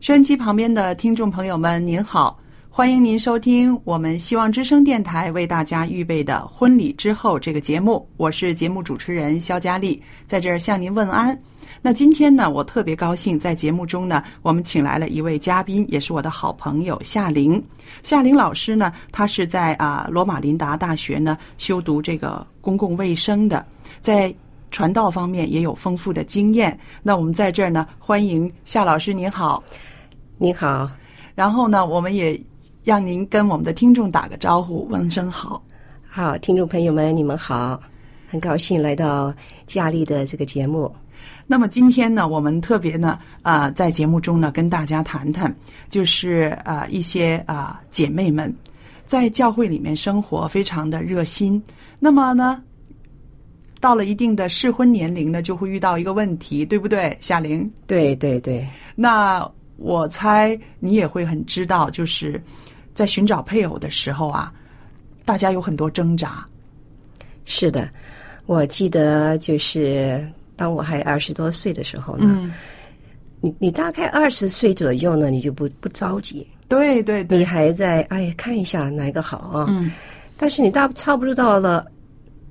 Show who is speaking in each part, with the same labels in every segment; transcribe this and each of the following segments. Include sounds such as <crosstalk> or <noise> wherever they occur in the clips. Speaker 1: 收音机旁边的听众朋友们，您好，欢迎您收听我们希望之声电台为大家预备的《婚礼之后》这个节目，我是节目主持人肖佳丽，在这儿向您问安。那今天呢，我特别高兴，在节目中呢，我们请来了一位嘉宾，也是我的好朋友夏玲。夏玲老师呢，她是在啊罗马琳达大学呢修读这个公共卫生的，在传道方面也有丰富的经验。那我们在这儿呢，欢迎夏老师，您好。
Speaker 2: 你好，
Speaker 1: 然后呢，我们也让您跟我们的听众打个招呼，问声好。
Speaker 2: 好，听众朋友们，你们好，很高兴来到佳丽的这个节目。
Speaker 1: 那么今天呢，我们特别呢，啊，在节目中呢，跟大家谈谈，就是啊、呃一些啊、呃姐妹们在教会里面生活非常的热心，那么呢，到了一定的适婚年龄呢，就会遇到一个问题，对不对，夏玲？
Speaker 2: 对对对，
Speaker 1: 那我猜你也会很知道，就是在寻找配偶的时候啊，大家有很多挣扎，
Speaker 2: 是的，我记得就是当我还二十多岁的时候呢，
Speaker 1: 嗯
Speaker 2: 你你大概二十岁左右呢，你就不不着急，
Speaker 1: 对对对，
Speaker 2: 你还在哎看一下哪个好啊。
Speaker 1: 嗯
Speaker 2: 但是你大差不多到了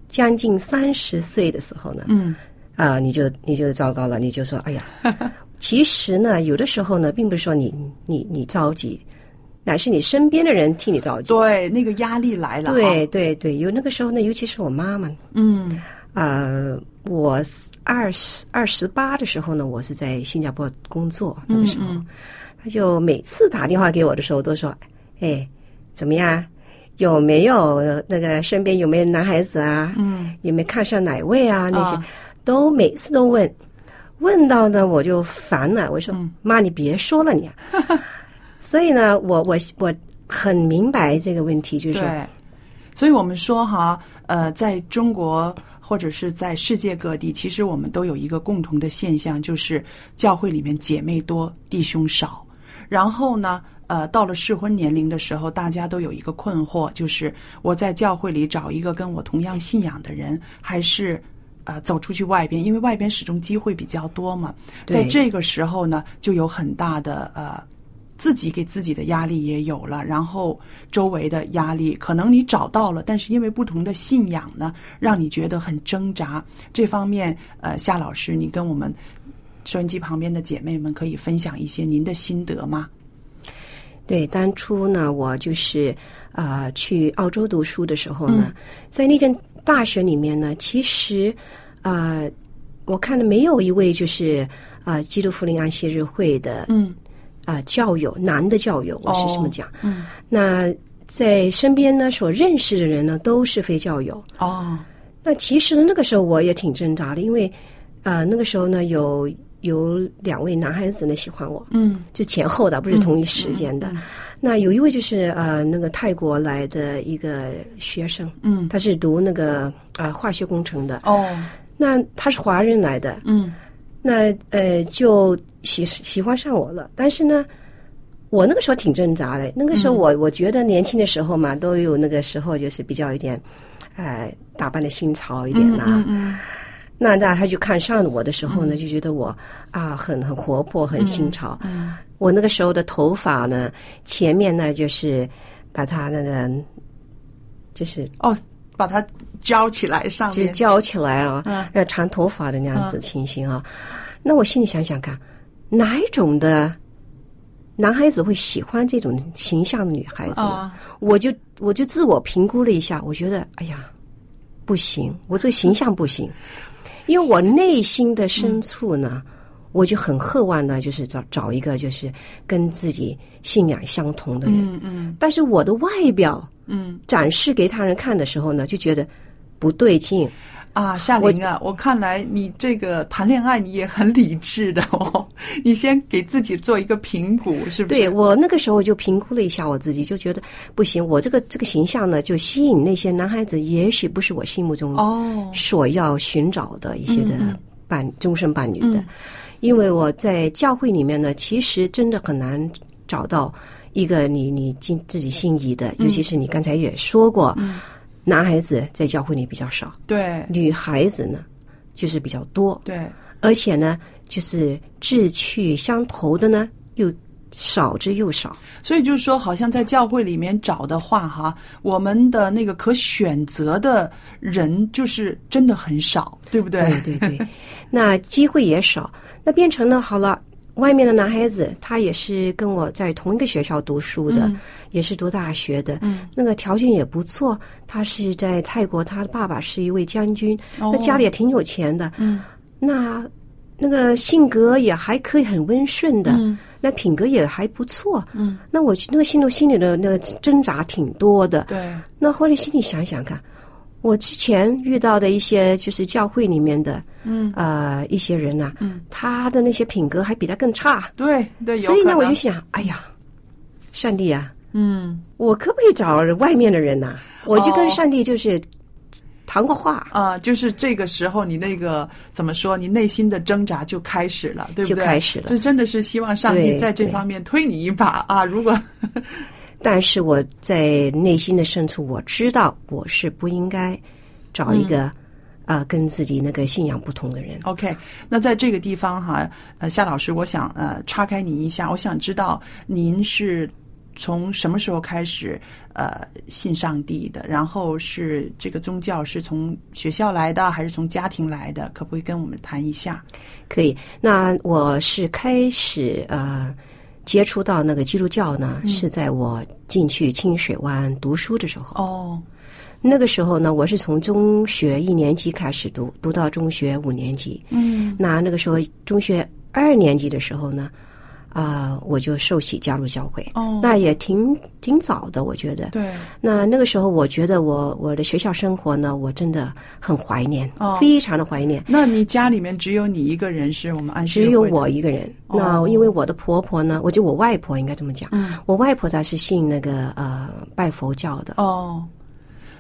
Speaker 2: 将近三十岁的时候呢，
Speaker 1: 嗯
Speaker 2: 啊，你就你就糟糕了，你就说，哎呀，其实呢，有的时候呢，并不是说你你你着急，乃是你身边的人替你着，急。
Speaker 1: 对，那个压力来了、啊。
Speaker 2: 对，对对，有那个时候呢，尤其是我妈妈，
Speaker 1: 嗯
Speaker 2: 呃，我二十二十八的时候呢，我是在新加坡工作，那个
Speaker 1: 嗯
Speaker 2: 时候，
Speaker 1: 嗯，
Speaker 2: 她就每次打电话给我的时候都说，哎，怎么样？有没有那个身边有没有男孩子啊？
Speaker 1: 嗯，
Speaker 2: 有没有看上哪位啊？那些、
Speaker 1: 啊
Speaker 2: 都每次都问，问到呢我就烦了，我说、妈你别说了 <laughs> 你、啊。所以呢，我我我很明白这个问题，就是说
Speaker 1: 对。所以我们说哈，呃，在中国或者是在世界各地，其实我们都有一个共同的现象，就是教会里面姐妹多，弟兄少。然后呢，呃，到了适婚年龄的时候，大家都有一个困惑，就是我在教会里找一个跟我同样信仰的人，还是呃走出去外边，因为外边始终机会比较多嘛。
Speaker 2: 对
Speaker 1: 在这个时候呢，就有很大的呃。自己给自己的压力也有了，然后周围的压力，可能你找到了，但是因为不同的信仰呢，让你觉得很挣扎。这方面，呃，夏老师，你跟我们收音机旁边的姐妹们可以分享一些您的心得吗？
Speaker 2: 对，当初呢，我就是呃去澳洲读书的时候呢，在那间大学里面呢，其实呃，我看了没有一位就是啊、呃基督福临安息日会的
Speaker 1: 嗯
Speaker 2: 啊、教友，男的教友，我是这么讲。
Speaker 1: 嗯
Speaker 2: 那在身边呢，所认识的人呢，都是非教友。
Speaker 1: 哦
Speaker 2: 那其实呢，那个时候我也挺挣扎的，因为呃，那个时候呢，有有两位男孩子呢喜欢我，
Speaker 1: 嗯
Speaker 2: 就前后的，不是同一时间的。那有一位就是呃，那个泰国来的一个学生，
Speaker 1: 嗯
Speaker 2: 他是读那个呃化学工程的，
Speaker 1: 哦
Speaker 2: 那他是华人来的，
Speaker 1: 嗯
Speaker 2: 那呃就喜喜欢上我了。但是呢，我那个时候挺挣扎的。那个
Speaker 1: 嗯
Speaker 2: 时候我、我觉得年轻的时候嘛，都有那个时候就是比较有点，呃，打扮的新潮一点呐、
Speaker 1: 嗯
Speaker 2: 那那他就看上我的时候呢，就觉得我啊很很活泼，
Speaker 1: 嗯
Speaker 2: 很新潮。我那个时候的头发呢，前面呢就是把它那个就是
Speaker 1: 哦，把它浇起来上
Speaker 2: 就是
Speaker 1: 面，
Speaker 2: 浇起来啊
Speaker 1: 嗯，
Speaker 2: 那、长头发的那样子情形啊。那我心里想想看，哪一种的男孩子会喜欢这种形象的女孩子呢？
Speaker 1: 啊
Speaker 2: 我就我就自我评估了一下，我觉得哎呀，不行，我这个形象不行，因为我内心的深处呢，我就很渴望呢，就是找找一个就是跟自己信仰相同的人，
Speaker 1: 嗯嗯
Speaker 2: 但是我的外表
Speaker 1: 嗯
Speaker 2: 展示给他人看的时候呢，就觉得不对劲，
Speaker 1: 啊，夏玲啊，我看来你这个谈恋爱你也很理智的哦， <laughs> 你先给自己做一个评估，是不是？
Speaker 2: 对我那个时候就评估了一下我自己，就觉得不行，我这个这个形象呢，就吸引那些男孩子，也许不是我心目中
Speaker 1: 哦，
Speaker 2: 所要寻找的一些的伴、终身伴侣的、
Speaker 1: 嗯
Speaker 2: 因为我在教会里面呢，其实真的很难找到一个你你进自己心仪的，尤其
Speaker 1: 嗯
Speaker 2: 是你刚才也说过、男孩子在教会里比较少，
Speaker 1: 对
Speaker 2: 女孩子呢就是比较多，
Speaker 1: 对，
Speaker 2: 而且呢就是志趣相投的呢又少之又少。
Speaker 1: 所以就是说，好像在教会里面找的话，哈，我们的那个可选择的人就是真的很少，对不对？
Speaker 2: 对对 <laughs> 对，那机会也少，那变成了好了。外面的男孩子，他也是跟我在同一个学校读书的，也是读大学的，
Speaker 1: 嗯
Speaker 2: 那个条件也不错。他是在泰国，他的爸爸是一位将军，
Speaker 1: 哦
Speaker 2: 那家里也挺有钱的。
Speaker 1: 嗯
Speaker 2: 那那个性格也还可以，很温顺的，
Speaker 1: 嗯
Speaker 2: 那品格也还不错。
Speaker 1: 嗯，
Speaker 2: 那我那个心中心里的那个挣扎挺多的。
Speaker 1: 对，
Speaker 2: 那后来心里想想看，我之前遇到的一些就是教会里面的，
Speaker 1: 嗯，
Speaker 2: 呃，一些人呐、
Speaker 1: 嗯，
Speaker 2: 他的那些品格还比他更差，
Speaker 1: 对对，有
Speaker 2: 所以呢，
Speaker 1: 可
Speaker 2: 我
Speaker 1: 能
Speaker 2: 就想，哎呀，上帝啊，
Speaker 1: 嗯
Speaker 2: 我可不可以找外面的人呐、我就
Speaker 1: 哦
Speaker 2: 跟上帝就是谈过话，
Speaker 1: 啊、就是这个时候，你那个怎么说，你内心的挣扎就开始了，对不对？
Speaker 2: 就开始了
Speaker 1: 这真的是希望上帝
Speaker 2: 对
Speaker 1: 在这
Speaker 2: 对
Speaker 1: 方面推你一把啊！如果 <laughs>
Speaker 2: 但是我在内心的深处，我知道我是不应该找一
Speaker 1: 嗯
Speaker 2: 个、呃跟自己那个信仰不同的人。
Speaker 1: OK，那在这个地方哈，呃，夏老师，我想呃岔开你一下，我想知道您是从什么时候开始呃信上帝的？然后是这个宗教是从学校来的，还是从家庭来的？可不可以跟我们谈一下？
Speaker 2: 可以，那我是开始呃接触到那个基督教呢，
Speaker 1: 嗯
Speaker 2: 是在我进去清水湾读书的时候。
Speaker 1: 哦，
Speaker 2: 那个时候呢，我是从中学一年级开始读，读到中学五年级。
Speaker 1: 嗯
Speaker 2: 那那个时候，中学二年级的时候呢，啊、我就受洗加入教会。
Speaker 1: 哦
Speaker 2: 那也挺挺早的，我觉得。
Speaker 1: 对，
Speaker 2: 那那个时候，我觉得我我的学校生活呢，我真的很怀念，
Speaker 1: 哦
Speaker 2: 非常的怀念。
Speaker 1: 那你家里面只有你一个人是我们安息
Speaker 2: 只有
Speaker 1: 会的
Speaker 2: 我一个人。
Speaker 1: 哦
Speaker 2: 那因为我的婆婆呢，我就我外婆应该这么讲，
Speaker 1: 嗯
Speaker 2: 我外婆她是信那个呃拜佛教的。
Speaker 1: 哦。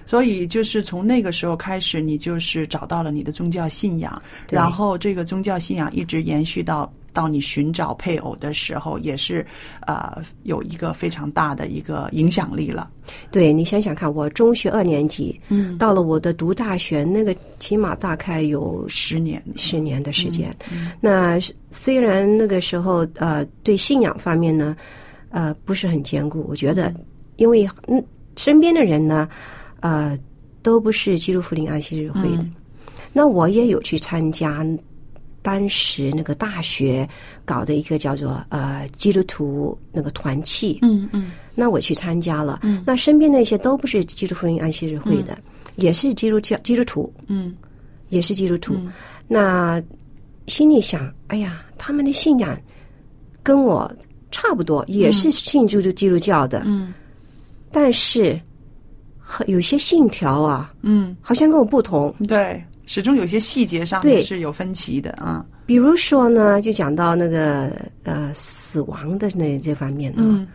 Speaker 1: 所以就是从那个时候开始，你就是找到了你的宗教信仰，
Speaker 2: 对
Speaker 1: 然后这个宗教信仰一直延续到到你寻找配偶的时候，也是呃有一个非常大的一个影响力了。
Speaker 2: 对你想想看，我中学二年级，
Speaker 1: 嗯，
Speaker 2: 到了我的读大学，那个起码大概有
Speaker 1: 十年，
Speaker 2: 十年的时间。那虽然那个时候呃对信仰方面呢，呃不是很坚固，我觉得因为嗯身边的人呢，呃都不是基督福临安息日会
Speaker 1: 嗯
Speaker 2: 的，那我也有去参加。当时那个大学搞的一个叫做呃基督徒那个团契，
Speaker 1: 嗯嗯
Speaker 2: 那我去参加了。那身边那些都不是基督福音安息日会的，也是基督教基督徒，
Speaker 1: 嗯
Speaker 2: 也是基督徒。那心里想，哎呀，他们的信仰跟我差不多，也是信基督基督教的，
Speaker 1: 嗯
Speaker 2: 但是很有些信条啊，
Speaker 1: 嗯，
Speaker 2: 好像跟我不同。
Speaker 1: 对，始终有些细节上
Speaker 2: 对
Speaker 1: 面是有分歧的啊。
Speaker 2: 比如说呢，就讲到那个呃死亡的那这方面呢，
Speaker 1: 嗯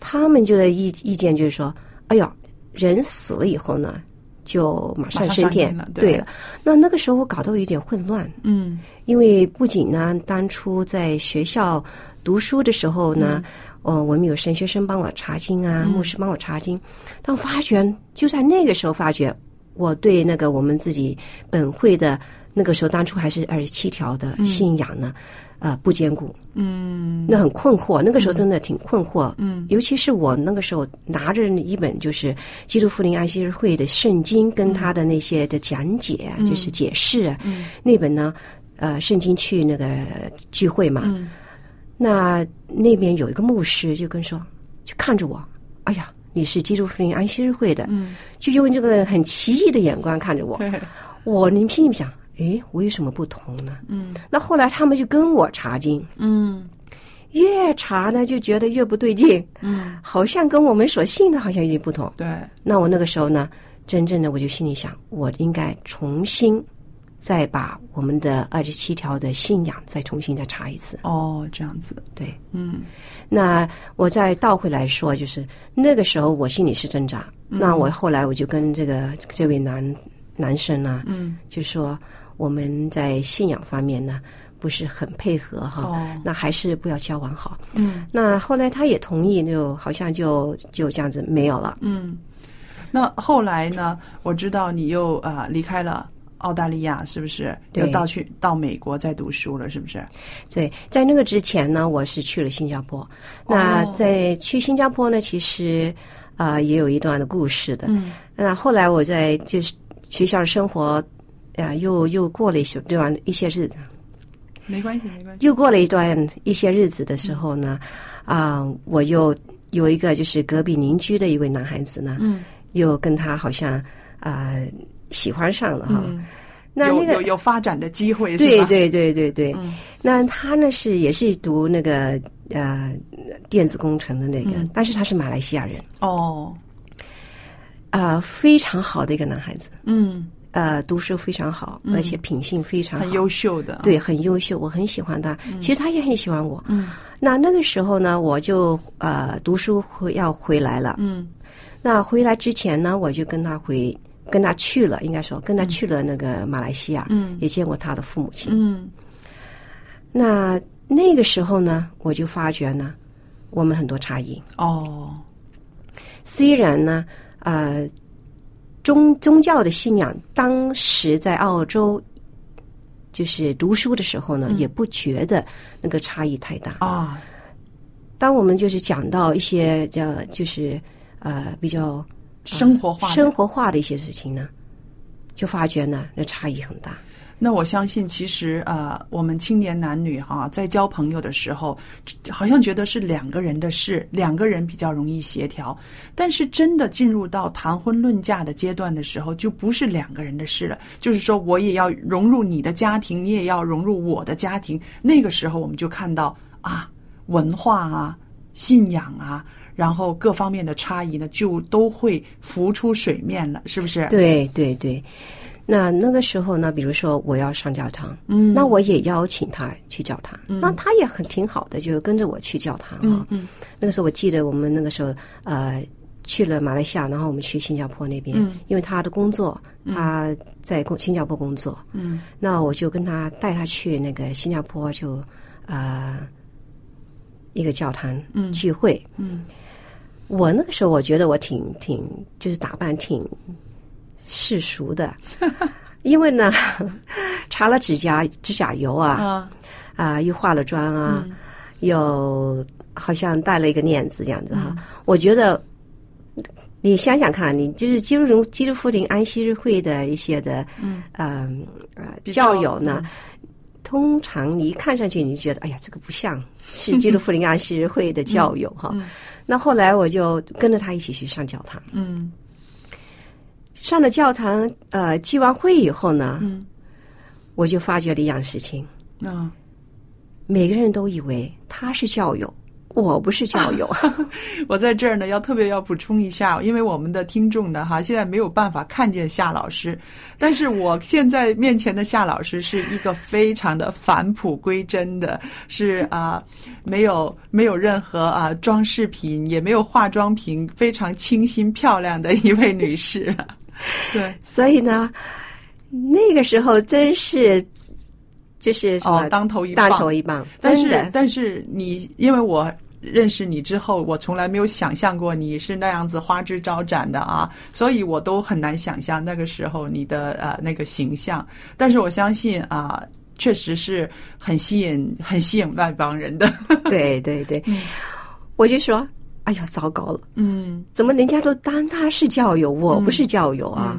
Speaker 2: 他们就的意意见就是说，哎呀，人死了以后呢，就马
Speaker 1: 马上
Speaker 2: 升
Speaker 1: 上
Speaker 2: 天
Speaker 1: 天了对
Speaker 2: 对了，那那个时候我搞得我有点混乱，
Speaker 1: 嗯
Speaker 2: 因为不仅呢，当初在学校读书的时候
Speaker 1: 嗯
Speaker 2: 呢，哦，我们有神学生帮我查经啊，牧师帮我查经，但我发觉就在那个时候发觉，我对那个我们自己本会的那个时候，当初还是二十七条的信仰呢，呃，不坚固，
Speaker 1: 嗯
Speaker 2: 那很困惑。那个时候真的挺困惑，
Speaker 1: 嗯
Speaker 2: 尤其是我那个时候拿着一本就是基督复临安息日会的圣经，跟他的那些的讲解啊，就是解释啊，
Speaker 1: 嗯
Speaker 2: 那本呢，呃，圣经去那个聚会嘛，
Speaker 1: 嗯
Speaker 2: 那那边有一个牧师就跟说，就看着我，哎呀，你是基督复临安息日会的，
Speaker 1: 嗯，
Speaker 2: 就用这个很奇异的眼光看着我，
Speaker 1: 对，
Speaker 2: 我你心里想，诶，我有什么不同呢？
Speaker 1: 嗯
Speaker 2: 那后来他们就跟我查经，
Speaker 1: 嗯
Speaker 2: 越查呢就觉得越不对劲，
Speaker 1: 嗯，
Speaker 2: 好像跟我们所信的好像有点不同。
Speaker 1: 对，
Speaker 2: 那我那个时候呢，真正的我就心里想，我应该重新再把我们的二十七条的信仰再重新再查一次。
Speaker 1: 哦，这样子，
Speaker 2: 对，
Speaker 1: 嗯
Speaker 2: 那我再倒回来说，就是那个时候我心里是挣扎。那我后来我就跟这个这位男男生呢，
Speaker 1: 嗯，
Speaker 2: 就说我们在信仰方面呢不是很配合哈，
Speaker 1: 哦，
Speaker 2: 那还是不要交往好。
Speaker 1: 嗯。
Speaker 2: 那后来他也同意，就好像就就这样子没有了。
Speaker 1: 嗯，那后来呢？我知道你又啊、呃离开了澳大利亚，是不是？
Speaker 2: 对
Speaker 1: 又到去到美国再读书了，是不是？
Speaker 2: 对，在那个之前呢，我是去了新加坡。那在去新加坡呢，其实啊、呃也有一段的故事的。
Speaker 1: 嗯
Speaker 2: 那后来我在就是学校生活，啊、又又过了一些段一些日子，
Speaker 1: 没关系，没关系。
Speaker 2: 又过了一段一些日子的时候呢，啊、我又有一个就是隔壁邻居的一位男孩子呢，
Speaker 1: 嗯
Speaker 2: 又跟他好像啊、呃喜欢上了哈。
Speaker 1: 嗯，
Speaker 2: 那
Speaker 1: 有
Speaker 2: 那
Speaker 1: 有
Speaker 2: 个
Speaker 1: 有发展的机会，是
Speaker 2: 对
Speaker 1: 吧？
Speaker 2: 对对对对，
Speaker 1: 嗯
Speaker 2: 那他呢是也是读那个呃电子工程的那个，
Speaker 1: 嗯
Speaker 2: 但是他是马来西亚人
Speaker 1: 哦，
Speaker 2: 啊、呃非常好的一个男孩子，
Speaker 1: 嗯，
Speaker 2: 呃，读书非常好，
Speaker 1: 嗯
Speaker 2: 而且品性非常好，
Speaker 1: 很优秀嗯的，
Speaker 2: 对，，很优秀，我很喜欢他，其实他也很喜欢我。
Speaker 1: 嗯
Speaker 2: 那那个时候呢，我就呃读书回要回来了，
Speaker 1: 嗯
Speaker 2: 那回来之前呢，我就跟他回跟他去了，应该说跟他去了那个马来西亚，
Speaker 1: 嗯
Speaker 2: 也见过他的父母亲。
Speaker 1: 嗯
Speaker 2: 那那个时候呢，我就发觉呢，我们很多差异。
Speaker 1: 哦，
Speaker 2: 虽然呢，呃，宗宗教的信仰当时在澳洲就是读书的时候呢，
Speaker 1: 嗯
Speaker 2: 也不觉得那个差异太大。
Speaker 1: 啊，
Speaker 2: 当我们就是讲到一些叫就是呃比较
Speaker 1: 生活化的
Speaker 2: 生活化的一些事情呢，就发觉呢那差异很大。
Speaker 1: 那我相信，其实呃，我们青年男女哈、在交朋友的时候，好像觉得是两个人的事，两个人比较容易协调。但是真的进入到谈婚论嫁的阶段的时候，就不是两个人的事了。就是说，我也要融入你的家庭，你也要融入我的家庭。那个时候，我们就看到啊，文化啊，信仰啊，然后各方面的差异呢，就都会浮出水面了，是不是？，啊
Speaker 2: 对对对。那那个时候呢，比如说我要上教堂，
Speaker 1: 嗯，
Speaker 2: 那我也邀请他去教堂，那他也很挺好的，就跟着我去教堂啊。
Speaker 1: 嗯嗯
Speaker 2: 那个时候我记得我们那个时候呃去了马来西亚，然后我们去新加坡那边，
Speaker 1: 嗯
Speaker 2: 因为他的工作他在工新加坡工作，
Speaker 1: 嗯
Speaker 2: 那我就跟他带他去那个新加坡就啊、呃一个教堂
Speaker 1: 嗯
Speaker 2: 聚会。
Speaker 1: 嗯
Speaker 2: 我那个时候我觉得我挺挺就是打扮挺世俗的， <laughs> 因为呢 <laughs> 擦了指甲指甲油啊
Speaker 1: 啊
Speaker 2: 啊、又化了妆啊。
Speaker 1: 嗯
Speaker 2: 有好像戴了一个链子这样子哈。我觉得你想想看，你就是基督徒基督复临安息日会的一些的
Speaker 1: 嗯
Speaker 2: 嗯呃
Speaker 1: 比较嗯
Speaker 2: 教友呢。通常你一看上去，你就觉得，哎呀，这个不像是基督复临安息日会的教友哈。
Speaker 1: 嗯
Speaker 2: 那后来我就跟着他一起去上教堂，
Speaker 1: 嗯
Speaker 2: 上了教堂，呃，聚完会以后呢，
Speaker 1: 嗯
Speaker 2: 我就发觉了一样事情，
Speaker 1: 啊，
Speaker 2: 每个人都以为他是教友，我不是教
Speaker 1: <laughs>
Speaker 2: 友。
Speaker 1: 我在这儿呢，要特别要补充一下，因为我们的听众呢，哈，现在没有办法看见夏老师，但是我现在面前的夏老师是一个非常的返璞归真的，是啊、没有没有任何啊、装饰品，也没有化妆品，非常清新漂亮的一位女士。 <laughs> 对，
Speaker 2: 所以呢，那个时候真是就是什么、
Speaker 1: 哦，当头一
Speaker 2: 当
Speaker 1: 棒，
Speaker 2: 头一棒，
Speaker 1: 但
Speaker 2: 真
Speaker 1: 是
Speaker 2: 的
Speaker 1: 但是你因为我认识你之后，我从来没有想象过你是那样子花枝招展的啊，所以我都很难想象那个时候你的呃那个形象。但是我相信啊、确实是很吸引很吸引外邦人
Speaker 2: <laughs>
Speaker 1: 的。
Speaker 2: 对对对，我就说，哎呀，糟糕了，
Speaker 1: 嗯
Speaker 2: 怎么人家都当他是教友，我不是教友啊？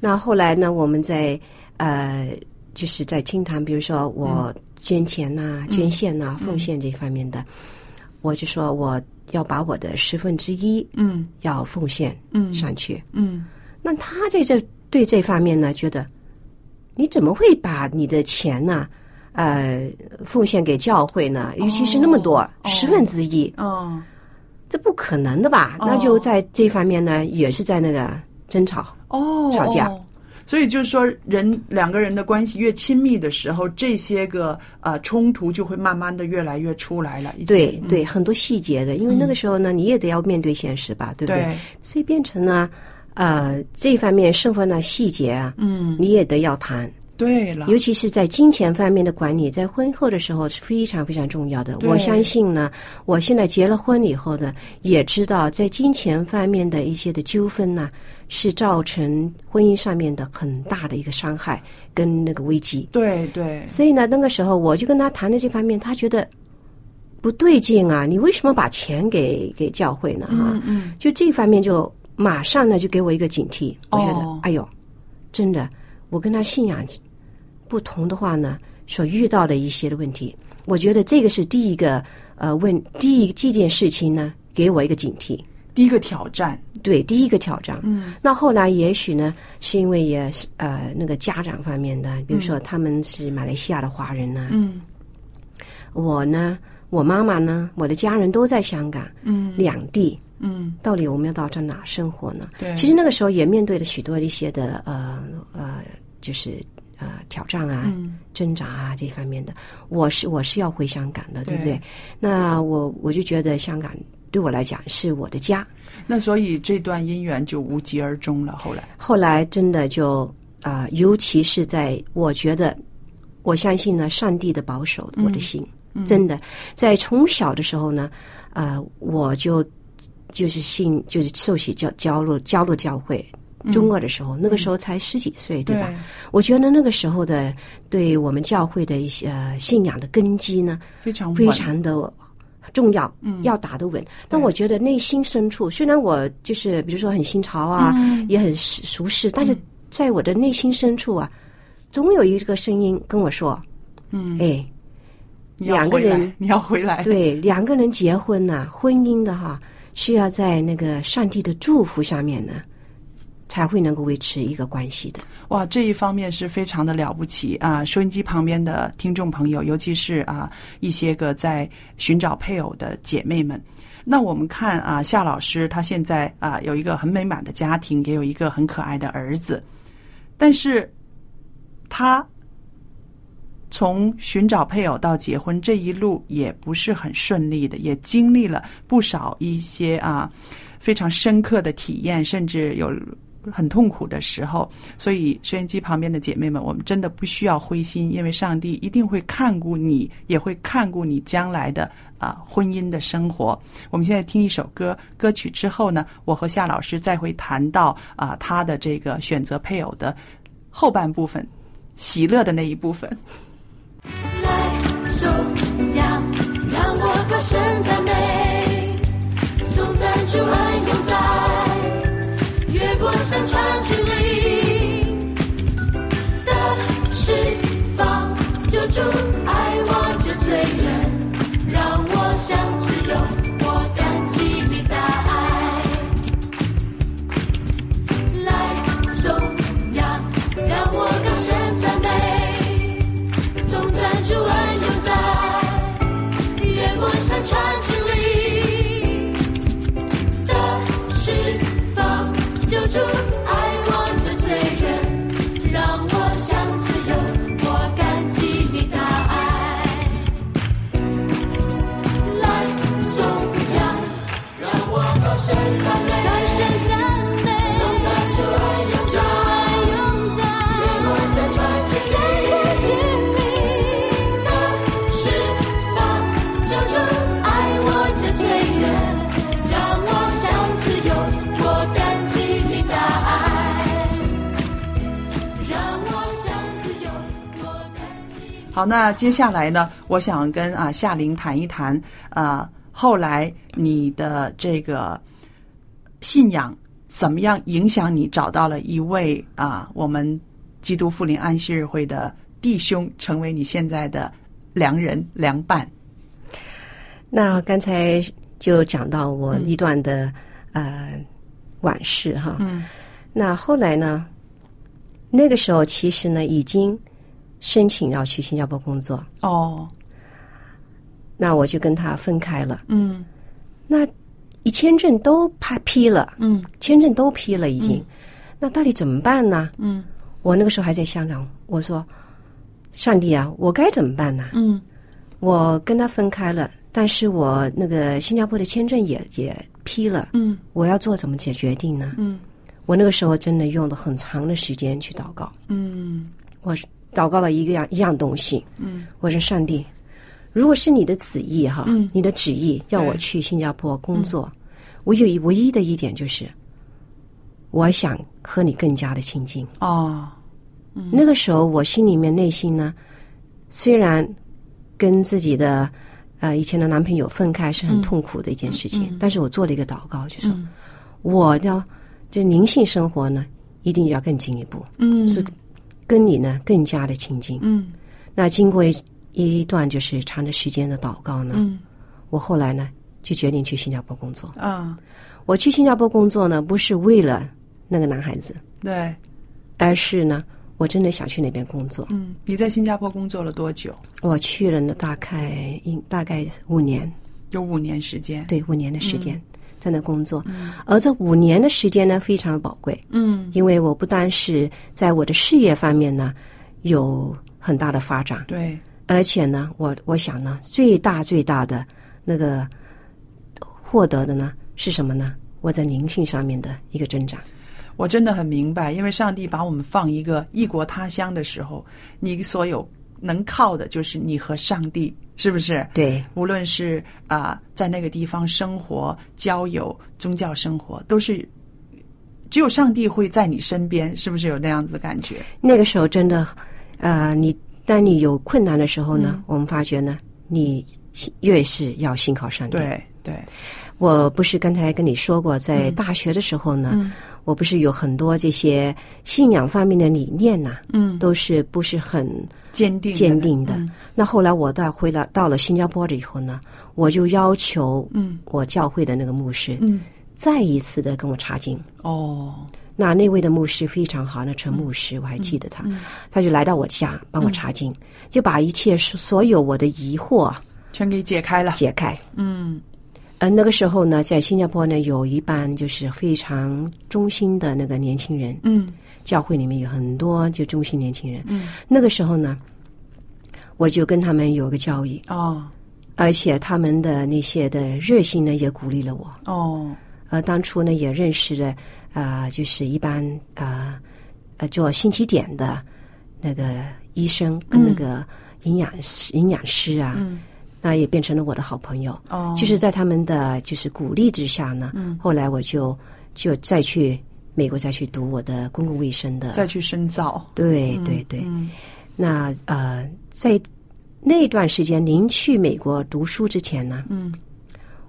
Speaker 2: 那后来呢，我们在呃，就是在清谈，比如说我捐钱呐、捐献呐、奉献这方面的，我就说我要把我的十分之一
Speaker 1: 嗯
Speaker 2: 要奉献
Speaker 1: 嗯
Speaker 2: 上去。
Speaker 1: 嗯
Speaker 2: 那他在这对这方面呢，觉得你怎么会把你的钱呢、呃，奉献给教会呢？尤其是那么多、十分之一，
Speaker 1: 哦
Speaker 2: 这不可能的吧？
Speaker 1: 哦
Speaker 2: 那就在这方面呢，也是在那个争吵。
Speaker 1: 哦，
Speaker 2: 吵架
Speaker 1: 哦所以就是说人，两个人的关系越亲密的时候，这些个呃冲突就会慢慢的越来越出来了。已经
Speaker 2: 对
Speaker 1: 嗯
Speaker 2: 对，很多细节的，因为那个时候呢，你也得要面对现实吧，对不对？
Speaker 1: 对
Speaker 2: 所以变成呢，呃，这方面生活的细节啊，
Speaker 1: 嗯，
Speaker 2: 你也得要谈，
Speaker 1: 对了，
Speaker 2: 尤其是在金钱方面的管理，在婚后的时候是非常非常重要的。
Speaker 1: 对
Speaker 2: 我相信呢，我现在结了婚以后呢，也知道在金钱方面的一些的纠纷呢，是造成婚姻上面的很大的一个伤害跟那个危机。
Speaker 1: 对对，
Speaker 2: 所以呢，那个时候我就跟他谈了这方面，他觉得不对劲啊，你为什么把钱给给教会呢？啊，
Speaker 1: 嗯嗯
Speaker 2: 就这方面就马上呢就给我一个警惕，我觉得，
Speaker 1: 哦
Speaker 2: 哎呦，真的，我跟他信仰不同的话呢，所遇到的一些的问题，我觉得这个是第一个呃问第一这件事情呢，给我一个警惕。
Speaker 1: 第一个挑战，
Speaker 2: 对，第一个挑战。
Speaker 1: 嗯，
Speaker 2: 那后来也许呢，是因为也是呃那个家长方面的，比如说他们是马来西亚的华人啊呢、
Speaker 1: 嗯
Speaker 2: 我呢，我妈妈呢，我的家人都在香港，
Speaker 1: 嗯
Speaker 2: 两地，
Speaker 1: 嗯，
Speaker 2: 到底我们要到这哪生活呢？
Speaker 1: 对，
Speaker 2: 其实那个时候也面对了许多的一些的呃呃，就是呃挑战啊、
Speaker 1: 嗯
Speaker 2: 挣扎啊这方面的。我是我是要回香港的，对不对？
Speaker 1: 对
Speaker 2: 那我我就觉得香港对我来讲是我的家。
Speaker 1: 那所以这段姻缘就无疾而终了。后来，
Speaker 2: 后来真的就啊、呃尤其是在我觉得，我相信呢，上帝的保守
Speaker 1: 嗯
Speaker 2: 我的心，真的在从小的时候呢，啊、我就就是信就是受洗教教入加入教会。
Speaker 1: 嗯
Speaker 2: 中二的时候，那个时候才十几岁，对吧？我觉得那个时候的对我们教会的一些、呃、信仰的根基呢，
Speaker 1: 非常
Speaker 2: 非
Speaker 1: 稳嗯
Speaker 2: 常的重要，要打得稳。但我觉得内心深处，虽然我就是比如说很新潮啊，
Speaker 1: 嗯
Speaker 2: 也很熟熟识，但是在我的内心深处啊，总有一个声音跟我说：“
Speaker 1: 嗯，
Speaker 2: 哎，
Speaker 1: 你要
Speaker 2: 两个
Speaker 1: 回来
Speaker 2: 人
Speaker 1: 你要回来，
Speaker 2: 对，两个人结婚呐、婚姻的哈，是要在那个上帝的祝福上面呢，才会能够维持一个关系的。
Speaker 1: 哇，这一方面是非常的了不起啊！收音机旁边的听众朋友，尤其是啊一些个在寻找配偶的姐妹们。那我们看啊，夏老师她现在啊有一个很美满的家庭，也有一个很可爱的儿子，但是她从寻找配偶到结婚这一路也不是很顺利的，也经历了不少一些啊非常深刻的体验，甚至有很痛苦的时候。所以，收音机旁边的姐妹们，我们真的不需要灰心，因为上帝一定会看顾你，也会看顾你将来的啊、婚姻的生活。我们现在听一首歌，歌曲之后呢，我和夏老师再会谈到啊、他的这个选择配偶的后半部分，喜乐的那一部分。
Speaker 3: 来颂扬，让我高声赞美，颂赞主恩永在，越过山川之岭的释放，救主爱我这罪人，让我享自由，我感激你大爱。来颂扬，让我高声赞美，颂赞主恩永在，越过山川之岭的释放，救主爱我这罪人，让我享自由，我感激你大爱。来颂扬，让我高声赞美，高声赞美，颂赞主爱永
Speaker 1: 好，那接下来呢，我想跟啊夏玲谈一谈，呃，后来你的这个信仰怎么样影响你找到了一位啊我们基督复临安息日会的弟兄，成为你现在的良人良伴。
Speaker 2: 那刚才就讲到我一段的、呃往事哈，
Speaker 1: 嗯，
Speaker 2: 那后来呢，那个时候其实呢已经申请要去新加坡工作，
Speaker 1: 哦，
Speaker 2: 那我就跟他分开了。
Speaker 1: 嗯
Speaker 2: 那一签证都批批了，
Speaker 1: 嗯
Speaker 2: 签证都批了已经，那到底怎么办呢？
Speaker 1: 嗯
Speaker 2: 我那个时候还在香港，我说：“上帝啊，我该怎么办呢？”
Speaker 1: 嗯
Speaker 2: 我跟他分开了，但是我那个新加坡的签证也也批了，
Speaker 1: 嗯
Speaker 2: 我要做怎么解决定呢？
Speaker 1: 嗯
Speaker 2: 我那个时候真的用了很长的时间去祷告，
Speaker 1: 嗯
Speaker 2: 我祷告了一个样一样东西，
Speaker 1: 嗯，
Speaker 2: 我说上帝，如果是你的旨意哈，
Speaker 1: 嗯
Speaker 2: 你的旨意要我
Speaker 1: 对嗯
Speaker 2: 去新加坡工作，我有一唯一的一点就是，我想和你更加的亲近。
Speaker 1: 哦，
Speaker 2: 那个时候我心里面内心呢，虽然跟自己的呃以前的男朋友分开是很痛苦的一件事情，但是我做了一个祷告，就说、
Speaker 1: 嗯
Speaker 2: 我要这灵性生活呢，一定要更进一步，
Speaker 1: 嗯
Speaker 2: 是跟你呢更加的亲近。
Speaker 1: 嗯
Speaker 2: 那经过一一段就是长的时间的祷告呢，
Speaker 1: 嗯
Speaker 2: 我后来呢就决定去新加坡工作。
Speaker 1: 啊，
Speaker 2: 我去新加坡工作呢，不是为了那个男孩子，
Speaker 1: 对，
Speaker 2: 而是呢我真的想去那边工作。
Speaker 1: 嗯，你在新加坡工作了多久？
Speaker 2: 我去了呢，大概应大概五年，
Speaker 1: 有五年时间。
Speaker 2: 对，五年的时间、在那工作。而这五年的时间呢，非常宝贵，
Speaker 1: 嗯，
Speaker 2: 因为我不单是在我的事业方面呢有很大的发展，
Speaker 1: 对，
Speaker 2: 而且呢，我我想呢，最大最大的那个获得的呢是什么呢？我在灵性上面的一个增长。
Speaker 1: 我真的很明白，因为上帝把我们放一个异国他乡的时候，你所有能靠的就是你和上帝，是不是？
Speaker 2: 对，
Speaker 1: 无论是啊、在那个地方生活、交友、宗教生活，都是只有上帝会在你身边，是不是有那样子的感觉？
Speaker 2: 那个时候真的，呃，你当你有困难的时候
Speaker 1: 嗯
Speaker 2: 呢，我们发觉呢，你越是要信靠上帝。
Speaker 1: 对对，
Speaker 2: 我不是刚才跟你说过，在大学的时候呢，
Speaker 1: 嗯
Speaker 2: 我不是有很多这些信仰方面的理念呐、
Speaker 1: 嗯，
Speaker 2: 都是不是很
Speaker 1: 坚定的
Speaker 2: 坚定的。
Speaker 1: 嗯
Speaker 2: 那后来我到回来到了新加坡了以后呢，我就要求
Speaker 1: 嗯
Speaker 2: 我教会的那个牧师、
Speaker 1: 嗯，
Speaker 2: 再一次的跟我查经。
Speaker 1: 哦，
Speaker 2: 那那位的牧师非常好，那陈牧师我还记得他，
Speaker 1: 嗯
Speaker 2: 他就来到我家帮我查经，就把一切所所有我的疑惑
Speaker 1: 全给解开了。
Speaker 2: 解开。
Speaker 1: 嗯
Speaker 2: 呃，那个时候呢，在新加坡呢，有一班就是非常中心的那个年轻人，
Speaker 1: 嗯
Speaker 2: 教会里面有很多就中心年轻人。嗯，那个时候呢，我就跟他们有个交易，
Speaker 1: 哦
Speaker 2: 而且他们的那些的热心呢，也鼓励了我。
Speaker 1: 哦
Speaker 2: 呃，当初呢，也认识了啊、呃就是一般啊呃做星期点的那个医生跟那个
Speaker 1: 嗯
Speaker 2: 营养师、营养师啊，那也变成了我的好朋友。
Speaker 1: 哦，嗯
Speaker 2: 就是在他们的就是鼓励之下呢，后来我就就再去美国再去读我的公共卫生的，
Speaker 1: 再去深造。
Speaker 2: 对对对。
Speaker 1: 嗯
Speaker 2: 那呃，在那段时间，您去美国读书之前呢，
Speaker 1: 嗯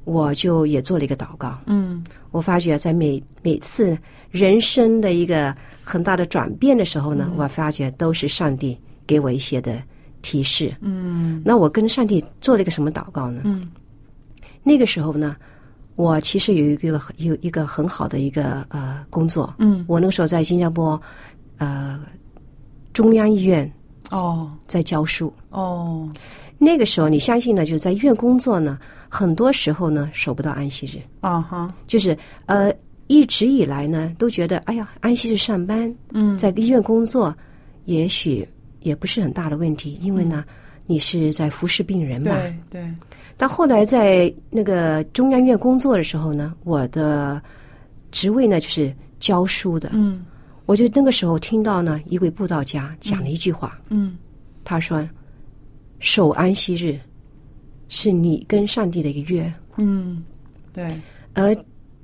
Speaker 2: 我就也做了一个祷告。
Speaker 1: 嗯
Speaker 2: 我发觉在每每次人生的一个很大的转变的时候呢，我发觉都是上帝给我一些的提示。
Speaker 1: 嗯
Speaker 2: 那我跟上帝做了一个什么祷告呢？
Speaker 1: 嗯
Speaker 2: 那个时候呢，我其实有一个有一个很好的一个呃工作。
Speaker 1: 嗯
Speaker 2: 我那个时候在新加坡，呃，中央医院
Speaker 1: 哦
Speaker 2: 在教书。
Speaker 1: 哦
Speaker 2: 那个时候，你相信呢？就是在医院工作呢，很多时候呢守不到安息日，
Speaker 1: 啊哈
Speaker 2: 就是呃一直以来呢都觉得，哎呀，安息日上班，
Speaker 1: 嗯
Speaker 2: 在医院工作，也许也不是很大的问题，因为呢你是在服侍病人嘛，
Speaker 1: 嗯对对
Speaker 2: 但后来在那个中央院工作的时候呢，我的职位呢就是教书的。
Speaker 1: 嗯
Speaker 2: 我就那个时候听到呢，一位布道家讲了一句话，
Speaker 1: 嗯
Speaker 2: 他说：“守安息日是你跟上帝的一个约，
Speaker 1: 嗯对
Speaker 2: 而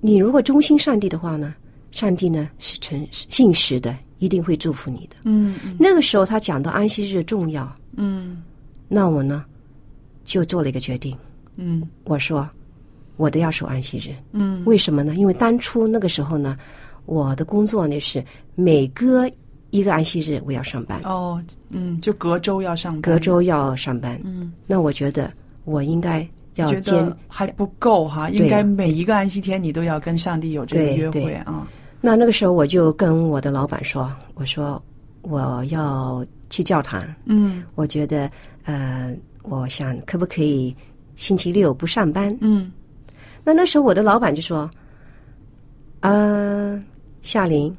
Speaker 2: 你如果忠心上帝的话呢，上帝呢是诚信实的，一定会祝福你的。
Speaker 1: 嗯”
Speaker 2: 那个时候他讲到安息日的重要，
Speaker 1: 嗯
Speaker 2: 那我呢就做了一个决定，
Speaker 1: 嗯
Speaker 2: 我说我都要守安息日。
Speaker 1: 嗯
Speaker 2: 为什么呢？因为当初那个时候呢，我的工作呢是每隔一个安息日我要上班，
Speaker 1: 哦嗯，就隔周要上班，
Speaker 2: 隔周要上班。
Speaker 1: 嗯，
Speaker 2: 那我觉得我应该要
Speaker 1: 觉
Speaker 2: 兼
Speaker 1: 得还不够哈，应该每一个安息天你都要跟上帝有这个
Speaker 2: 对
Speaker 1: 约会
Speaker 2: 对
Speaker 1: 啊，
Speaker 2: 那那个时候我就跟我的老板说：“我说我要去教堂，
Speaker 1: 嗯
Speaker 2: 我觉得呃，我想可不可以星期六不上班
Speaker 1: 嗯？”
Speaker 2: 那那时候我的老板就说：“呃，夏琳，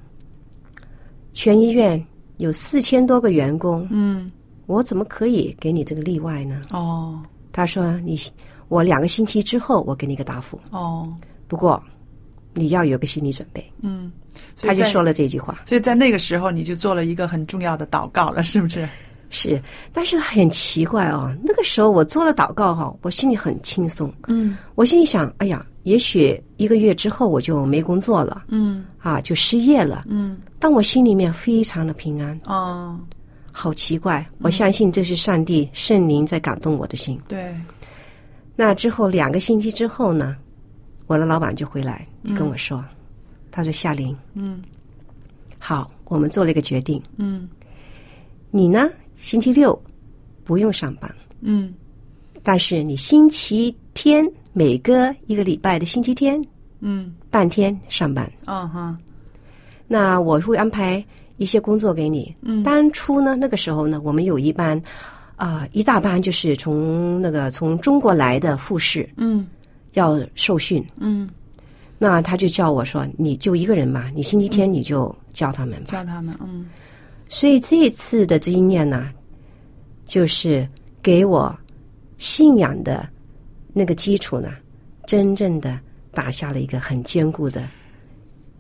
Speaker 2: 全医院有四千多个员工，
Speaker 1: 嗯
Speaker 2: 我怎么可以给你这个例外呢
Speaker 1: 哦？”
Speaker 2: 他说：“你我两个星期之后我给你个答复，
Speaker 1: 哦
Speaker 2: 不过你要有个心理准备。”
Speaker 1: 嗯，所
Speaker 2: 他
Speaker 1: 以
Speaker 2: 就
Speaker 1: 在
Speaker 2: 说了这句话。
Speaker 1: 所以在那个时候，你就做了一个很重要的祷告了，是不是？
Speaker 2: 是，但是很奇怪哦，那个时候我做了祷告哈、我心里很轻松，
Speaker 1: 嗯
Speaker 2: 我心里想，哎呀，也许一个月之后我就没工作了
Speaker 1: 嗯
Speaker 2: 啊，就失业了，
Speaker 1: 嗯，
Speaker 2: 但我心里面非常的平安，
Speaker 1: 哦，
Speaker 2: 好奇怪，我相信这是上帝圣灵在感动我的心。
Speaker 1: 对，
Speaker 2: 那之后两个星期之后呢，我的老板就回来就跟我说，他说夏琳，
Speaker 1: 嗯
Speaker 2: 好，我们做了一个决定，
Speaker 1: 嗯
Speaker 2: 你呢星期六不用上班。
Speaker 1: 嗯
Speaker 2: 但是你星期天每个一个礼拜的星期天
Speaker 1: 嗯，
Speaker 2: 半天上班，
Speaker 1: 啊哈，
Speaker 2: 那我会安排一些工作给你。
Speaker 1: 嗯
Speaker 2: 当初呢，那个时候呢，我们有一班，啊、一大班就是从那个从中国来的护士
Speaker 1: 嗯
Speaker 2: 要受训，
Speaker 1: 嗯，
Speaker 2: 那他就叫我说，你就一个人嘛，你星期天你就教他们吧。
Speaker 1: 叫他们，嗯
Speaker 2: 所以这一次的经验呢，就是给我信仰的那个基础呢，真正的打下了一个很坚固的。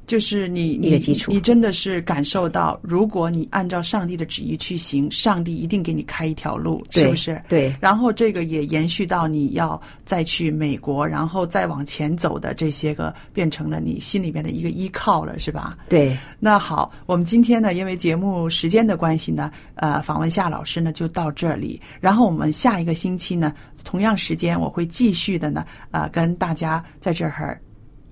Speaker 1: 就是你
Speaker 2: 一
Speaker 1: 你
Speaker 2: 个基础
Speaker 1: 你真的是感受到，如果你按照上帝的旨意去行，上帝一定给你开一条路，是
Speaker 2: 对
Speaker 1: 不是？
Speaker 2: 对
Speaker 1: 然后这个也延续到你要再去美国，然后再往前走的这些个，变成了你心里面的一个依靠了，是吧？
Speaker 2: 对，
Speaker 1: 那好，我们今天呢，因为节目时间的关系呢，呃，访问夏老师呢就到这里。然后我们下一个星期呢，同样时间我会继续的呢，呃，跟大家在这儿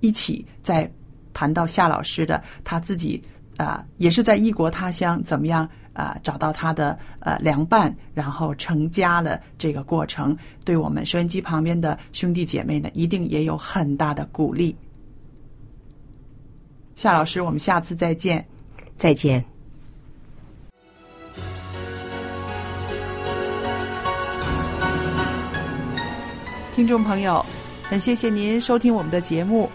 Speaker 1: 一起再谈到夏老师的他自己啊、呃也是在异国他乡怎么样啊、呃找到他的呃良伴，然后成家了这个过程，对我们收音机旁边的兄弟姐妹呢，一定也有很大的鼓励。夏老师，我们下次再见。
Speaker 2: 再见。
Speaker 1: 听众朋友，很谢谢您收听我们的节目。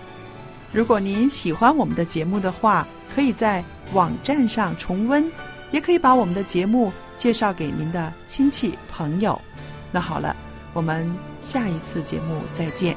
Speaker 1: 如果您喜欢我们的节目的话，可以在网站上重温，也可以把我们的节目介绍给您的亲戚朋友。那好了，我们下一次节目再见。